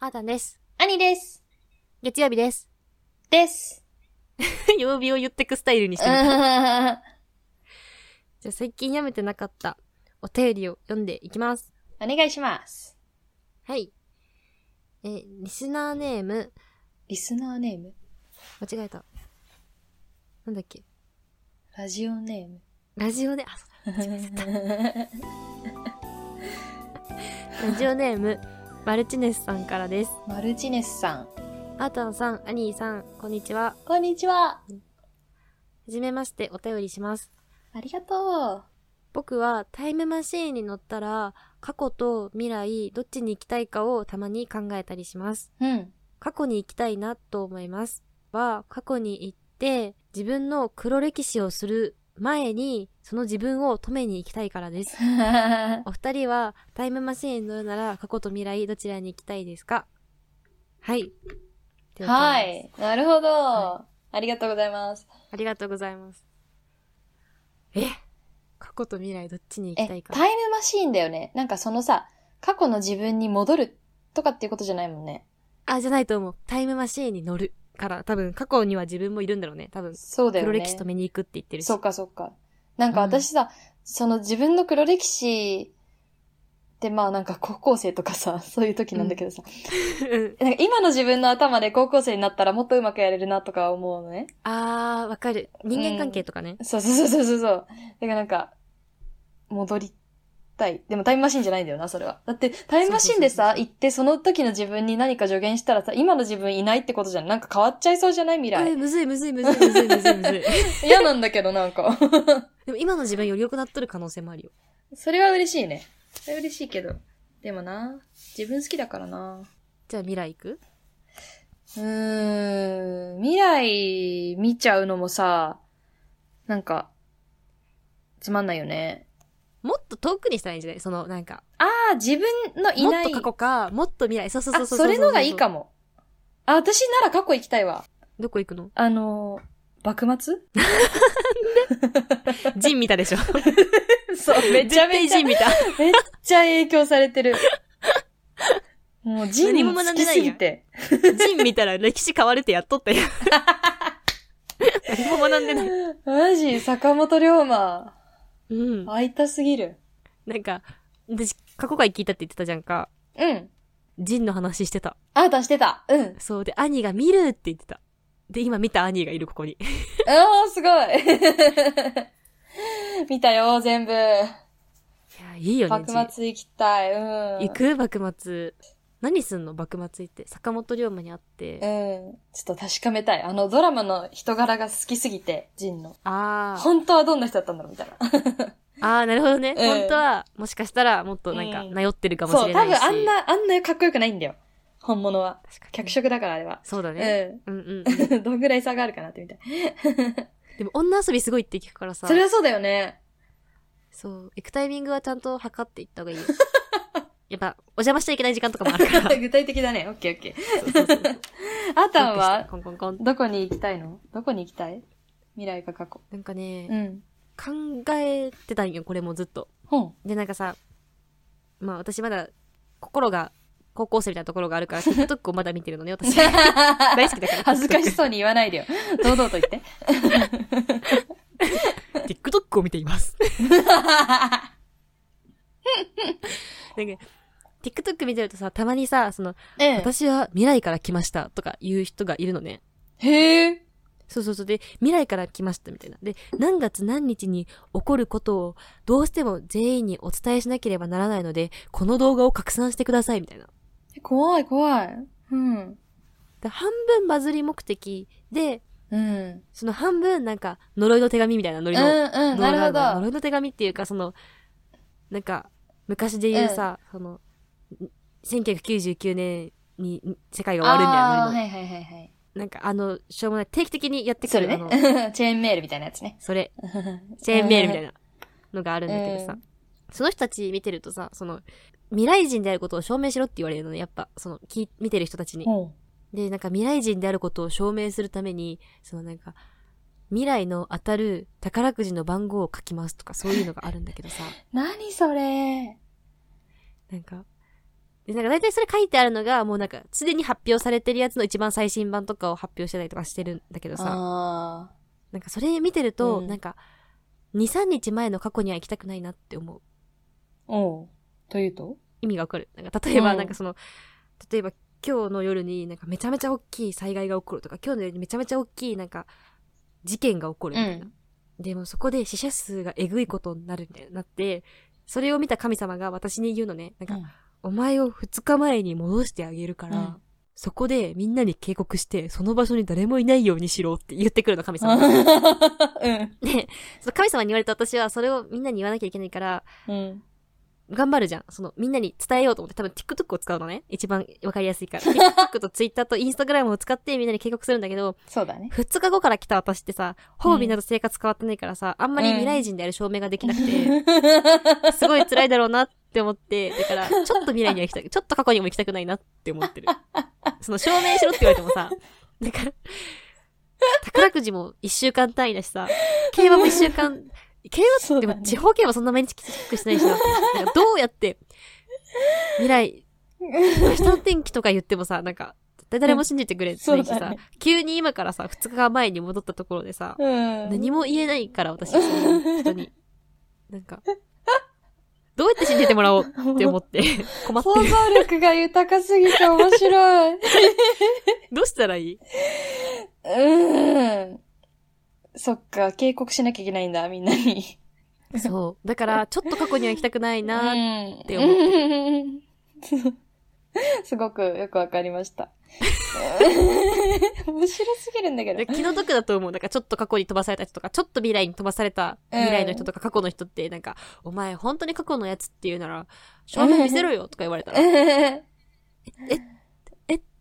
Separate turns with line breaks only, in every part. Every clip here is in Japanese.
あーたんです。
兄です。
月曜日です。
です。
曜日を言ってくスタイルにし
う
てみた。
ーん
じゃあ最近読めてなかったお便りを読んでいきます。
お願いします。
はい。え、リスナーネーム、
リスナーネーム
間違えた。なんだっけ。
ラジオネーム
ラジオで、あ、そう だラジオネーム、マルチネスさんからです。
マルチネスさん。
あーたんさん、アニーさん、こんにちは。は
こんにちは。
じめまして、お便りします。
ありがと
僕はタイムマシーンに乗ったら、過去と未来、どっちに行きたいかをたまに考えたりします。
う。うん。
過去に行きたいなと思います。は、過去に行って、自分の黒歴史をする前に、その自分を止めに行きたいからです。お二人は、タイムマシーンに乗るなら、過去と未来、どちらに行きたいですかはい。とうことです
は。い。なるほど、
は
ありがとうございます。
ありがとうございます。え過去と未来、どっちに行き
え、タ
た
イ
いか。
ムマシーンだよね。なんかそのさ、過去の自分に戻るとかっていうことじゃないもんね。
あ、じゃないと思う。タイムマシーンに乗るから、多分過去には自分もいるんだろうね。多分、
そうだよ
黒
ね。
歴史止めに行くって言ってるし。
そっかそっか。なんか私さ、その自分の黒歴史ってまあなんか高校生とかさ、そういう時なんだけどさ、
うん
なんか今の自分の頭で高校生になったらもっとうまくやれるなとか思うのね。
あー、わかる。人間関係とかね。
そうそうそうそうそうそう。だからなんか、戻りたい。でもタイムマシンじゃないんだよな、それは。だってタイムマシンで
そう
さ
そう、そうそう
行ってその時の自分に何か助言したらさ、今の自分いないってことじゃん。なんか変わっちゃいそうじゃない未
えー
来。
むずいむずいむずいむずいむずいむずい。
嫌なんだけど、なんか。
でも今の自分より良くなっとる可能性もあるよ。
それは嬉しいね。それは嬉しいけど。でもな、自分好きだからな。
じゃあ未来行く
うーん、未来見ちゃうのもさ、なんか、つまんないよね。
もっと遠くにしたらいいんじゃないその、なんか。
ああ、自分のい
もっ
ない。
と過去か、もっと未来。そうそうそう
あ、
そう
それのがいいか
も。
も。あ、私なら過去行きたいわ。
どこ行くの
あのー、幕 末
ジン見たでし ょ
そう、めちゃめちゃ、
ジン
めっ
見た。
ちゃ影響され てる。もう、人
何
も
も
好
学ん
き
でない
す
やん
ぎて。
ジン見たら歴史変わるってやっと ったよ。何も学んでない。
マジ、坂本龍馬、
うん。
会いたすぎる。
なんか、私、過去回聞いたって言ってたじゃんか。
うん。
ジンの話してた。
あ、出してた。うん。
そう。で、兄が見るって言ってた。で、今見た兄がいる、ここに。
ああ、すごい。 見たよ、全部。
いや、いいよね、
幕
ジン
末行きたい。うん。
行く幕末。何すんの幕末行って。坂本龍馬に会っ
う
て。
ん。ちょっと確かめたい。あの、ドラマの人柄が好きすぎて、ジンの。
ああ。
本当はどんな人だったんだろうみたいな。
ああ、なるほどね。
うん
本当は、もしかしたら、もっとなんか、
うん
なよってるかもし
そう、
れ
多
ない
分
し。
あん。な、あんなかっこよくないんだよ。本物は。
確かに
脚色だから、あれは。
そうだね。
う
うん うん。
ん。どんぐらい差があるかなってみたい。
でも、女遊びすごいって聞くからさ。
それはそうだ よね。。
そう。行くタイミングはちゃんと測っていった方がいいよ。やっぱ、お邪魔しちゃいけない時間とかもあるから
具体的だね。オッケーオッケー。
そうそうそう
あたん
ノックして
は、
コンコンコン。
どこに行きたいのどこに行きたい未来か過去。
なんかね
う、ん。
考えてたんよ、これもずっと。
本。
で、なんかさ、まあ私まだ、心が、高校生みたいなところがある から、TikTok をまだ見てるのね、私。大好きだから。
恥ずかしそうに言わないで よ。堂々と言って。
TikTok を見ています。なんか、TikTok 見てるとさ、たまにさ、その、
うん。
私は未来から来ましたとか言う人がいるのね。
へえ。
そうそうそう。で、未来から来ましたみたいな。で、何月何日に起こることをどうしても全員にお伝えしなければならないので、この動画を拡散してくださいみたいな。
怖い怖い。うん。
で半分バズり目的で、
うん。うん
その半分なんか呪いの手紙みたいなノ
う
リの
ん、なるほ
呪
ど。
いの手紙っていうか、その、なんか、昔で言うさ、その、1999年に世界が終わるみたいな
あ
ノ
ー
リの、
はいはいはいはい。
なんかあの、しょうもない、定期的にやってく
そ
る、
れ
あ
ね
の、。
チェーンメールみたいなやつ ね。
それ、チェーンメールみたい
な。
なのがあるんだけどさ、
う
その人たち見てるとさ、その、未来人であることを証明しろって言われるのね、やっぱ、その、き見てる人たちに。
ほ
で、なんか未来人であることを証明するために、そのなんか、未来の当たる宝くじの番号を書きます とかそういうのがあるんだけどさ、
う。何それ
なんか、で、なんか大体それ書いてあるのが、もうなんか、すでに発表されてるやつの一番最新版とかを発表してたりとかしてるんだけどさ、
あ
なんかそれ見てると、
うん
なんか、2、3日前の過去には行きたくないなって思う。
あ。おう。というと
意味がわかる。なんか例えば、
うん
なんかその、例えば今日の夜になんかめちゃめちゃ大きい災害が起こるとか、今日の夜にめちゃめちゃ大きいなんか事件が起こるみたいな。
うん
でもそこで死者数がえぐいことになるみたいになって、それを見た神様が私に言うのね、なんか、お前を2日前に戻してあげるから、
うん
そこでみんなに警告して、その場所に誰もいないようにしろって言ってくるの、神
う
様 が。
ん。
で、その神様に言われた私はそれをみんなに言わなきゃいけないから、
うん。
頑張るじゃん。その、みんなに伝えようと思って、多分 TikTok を使うのね。一番わかりやすいから。TikTok と Twitter と Instagram を使ってみんなに警告するんだけど、
そうだね。
2日後から来た私ってさ、ほぼみんなと生活変わってないからさ、あんまり未来人である証明ができなくて、 すごい辛いだろうなって思って、だから、ちょっと未来には行きたく、ちょっと過去にも行きたくないなって思 ってる。その、証明しろって言われてもさ、だから、宝くじも1週間単位だしさ、競馬も1週間、競馬
そう
で
だ
も
ね。
地方競馬そんな毎日チェックしてないしな。なんかどうやって、未来、明日の天気とか言ってもさ、なんか、絶対誰も信じてくれないし
そうだ
さ
ね、
急に今からさ、2日前に戻ったところでさ、
うん。
何も言えないから私、そういう人 に。なんか、どうやって信じてもらおうって思って、 困って
想
る。
像力が豊かすぎて面白い。
どうしたらいいう
ーん。そっか、警告しなきゃいけないんだ、みんなに。
そう。だから、ちょっと過去には行きたくないなー
ー
て思っ
すごくよくわかりました。面白すぎるんだけど
で。気の毒だと思う。なんかちょっと過去に飛ばされた人とか、ちょっと未来に飛ばされた未来の人とか過去の人って、なんか、お前本当に過去のやつっていうなら、証明見せろよとか言われたら、っ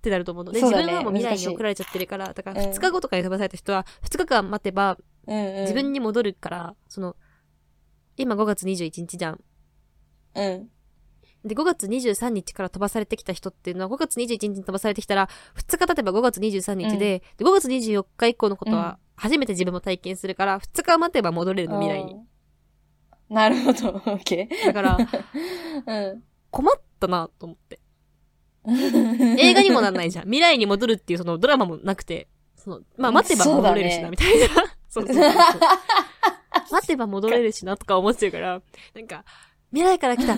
てなると思うので、
そう
自
だね
分はもう未来
難し
に
い
送られちゃってるから、だから
うん
2日後とかに飛ばされた人は、2日間待てば、
うんうん
自分に戻るから、その、今5月21日じゃん。
うん。
で、5月23日から飛ばされてきた人っていうのは、5月21日に飛ばされてきたら、2日経てば5月23日で、で5月24日以降のことは、初めて自分も体験するから、2日待てば戻れるの、未来に。
うん。なるほど、オッケ
だから、
ー。
困ったなと思って。
うん。
映画にもなんないじゃん。未来に戻るっていうそのドラマもなくて、その、まあ待てば
そうだ
戻
ね
れるしな、みたいな。 そうそうそうそう待てば戻れるしなとか思ってるから、なんか、未来から来 た。え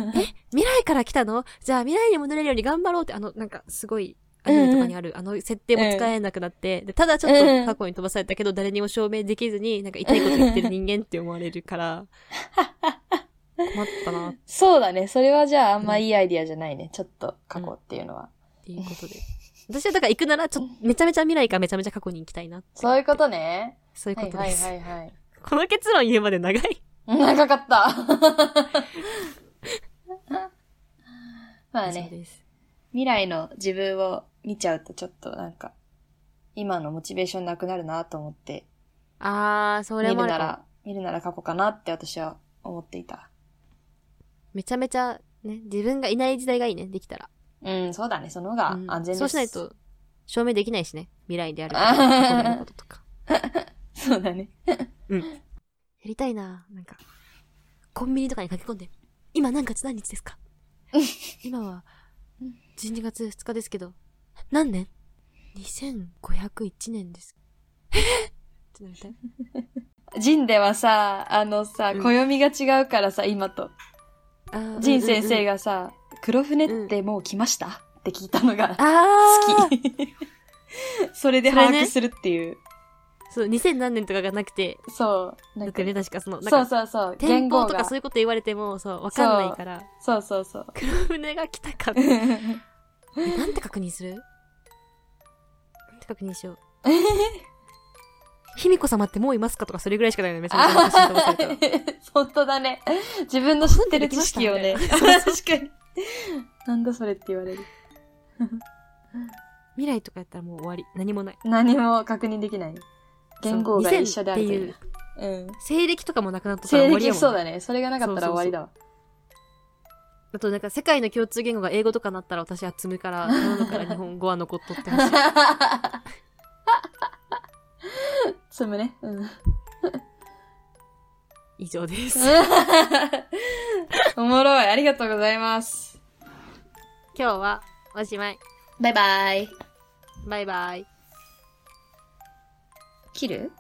未来から来たのじゃあ未来に戻れるように頑張ろうって、あの、なんかすごい、アニメとかにある、あの設定も使えなくなって、でただちょっと過去に飛ばされたけど、誰にも証明できずに、なんか痛いこと言ってる人間って思われる から、困ったなっ
そうだね。それはじゃああんまいいアイディアじゃないね。ちょっと過去っていうのは。
ていうことで。私はだから行くなら、ちょっと、めちゃめちゃ未来かめちゃめちゃ過去に行きたいなって。
そういうことね。
そういう
は
こ
い
とで
はい
す。
はいはい。
この結論言うまで長い。
長かった。まあ
そう
ね、
です。
未来の自分を見ちゃうとちょっとなんか、今のモチベーションなくなるなと思って、
あー、そ
見
れ
る
もある
な、
から
見るなら過去かなって私は思っていた。
めちゃめちゃ、ね、自分がいない時代がいいね、できたら。
うん、そうだね。その方が
うん
安全です。
そうしない。と、証明できないしね。未来であるとか、
あ
過
ー
去であることとか。
そうだね。
うん。やりたいななんか、コンビニとかに駆け込んで、今何月何日ですか今は、12月2日ですけど、何年 ?2501 年です。えーってなりたい。
人ではさ、あのさ、
うん
暦が違うからさ、今と。
あー
仁先
うんうん
生がさ、黒船ってもう来ました、って聞いたのが
ああ
好き。 それで
それ
把
ね
握するっていう。
そう、2000何年とかがなくて、
そう。
だ
なん
っ
か
てね、確かその、な
そうん
か、
そうそう。
天
言語
候とか
が。
そ
そ
い
うう
うこと言われても、そう、わかんないから、
そ うそう。
黒船が来たかって、 えなんて確認するなんて確認 しよう。卑弥呼様ってもういますかとか、それぐらいしかないのよめちゃめちゃ昔に飛ばされ たら。
本当だね。自分の知ってる知識をね。 確かに。なんだそれって言われる。
未来とかやったらもう終わり。何もない。
何も確認できない。言語が
そう
一緒である
2000
と
って
い
いうう。。
うん。
西暦とかもなくなっとったら
西
終わり
暦
やもん、ね。
そうだね。それがなかったら終わりだわ。
あとなんか世界の共通言語が英語とかなったら私は積む から、なのから日本語は残っとってほ しい。
つむね。うん。
以上です。
おもろい。ありがとうございます。
今日はおしまい。
バイバイ。
バイバイ。
切る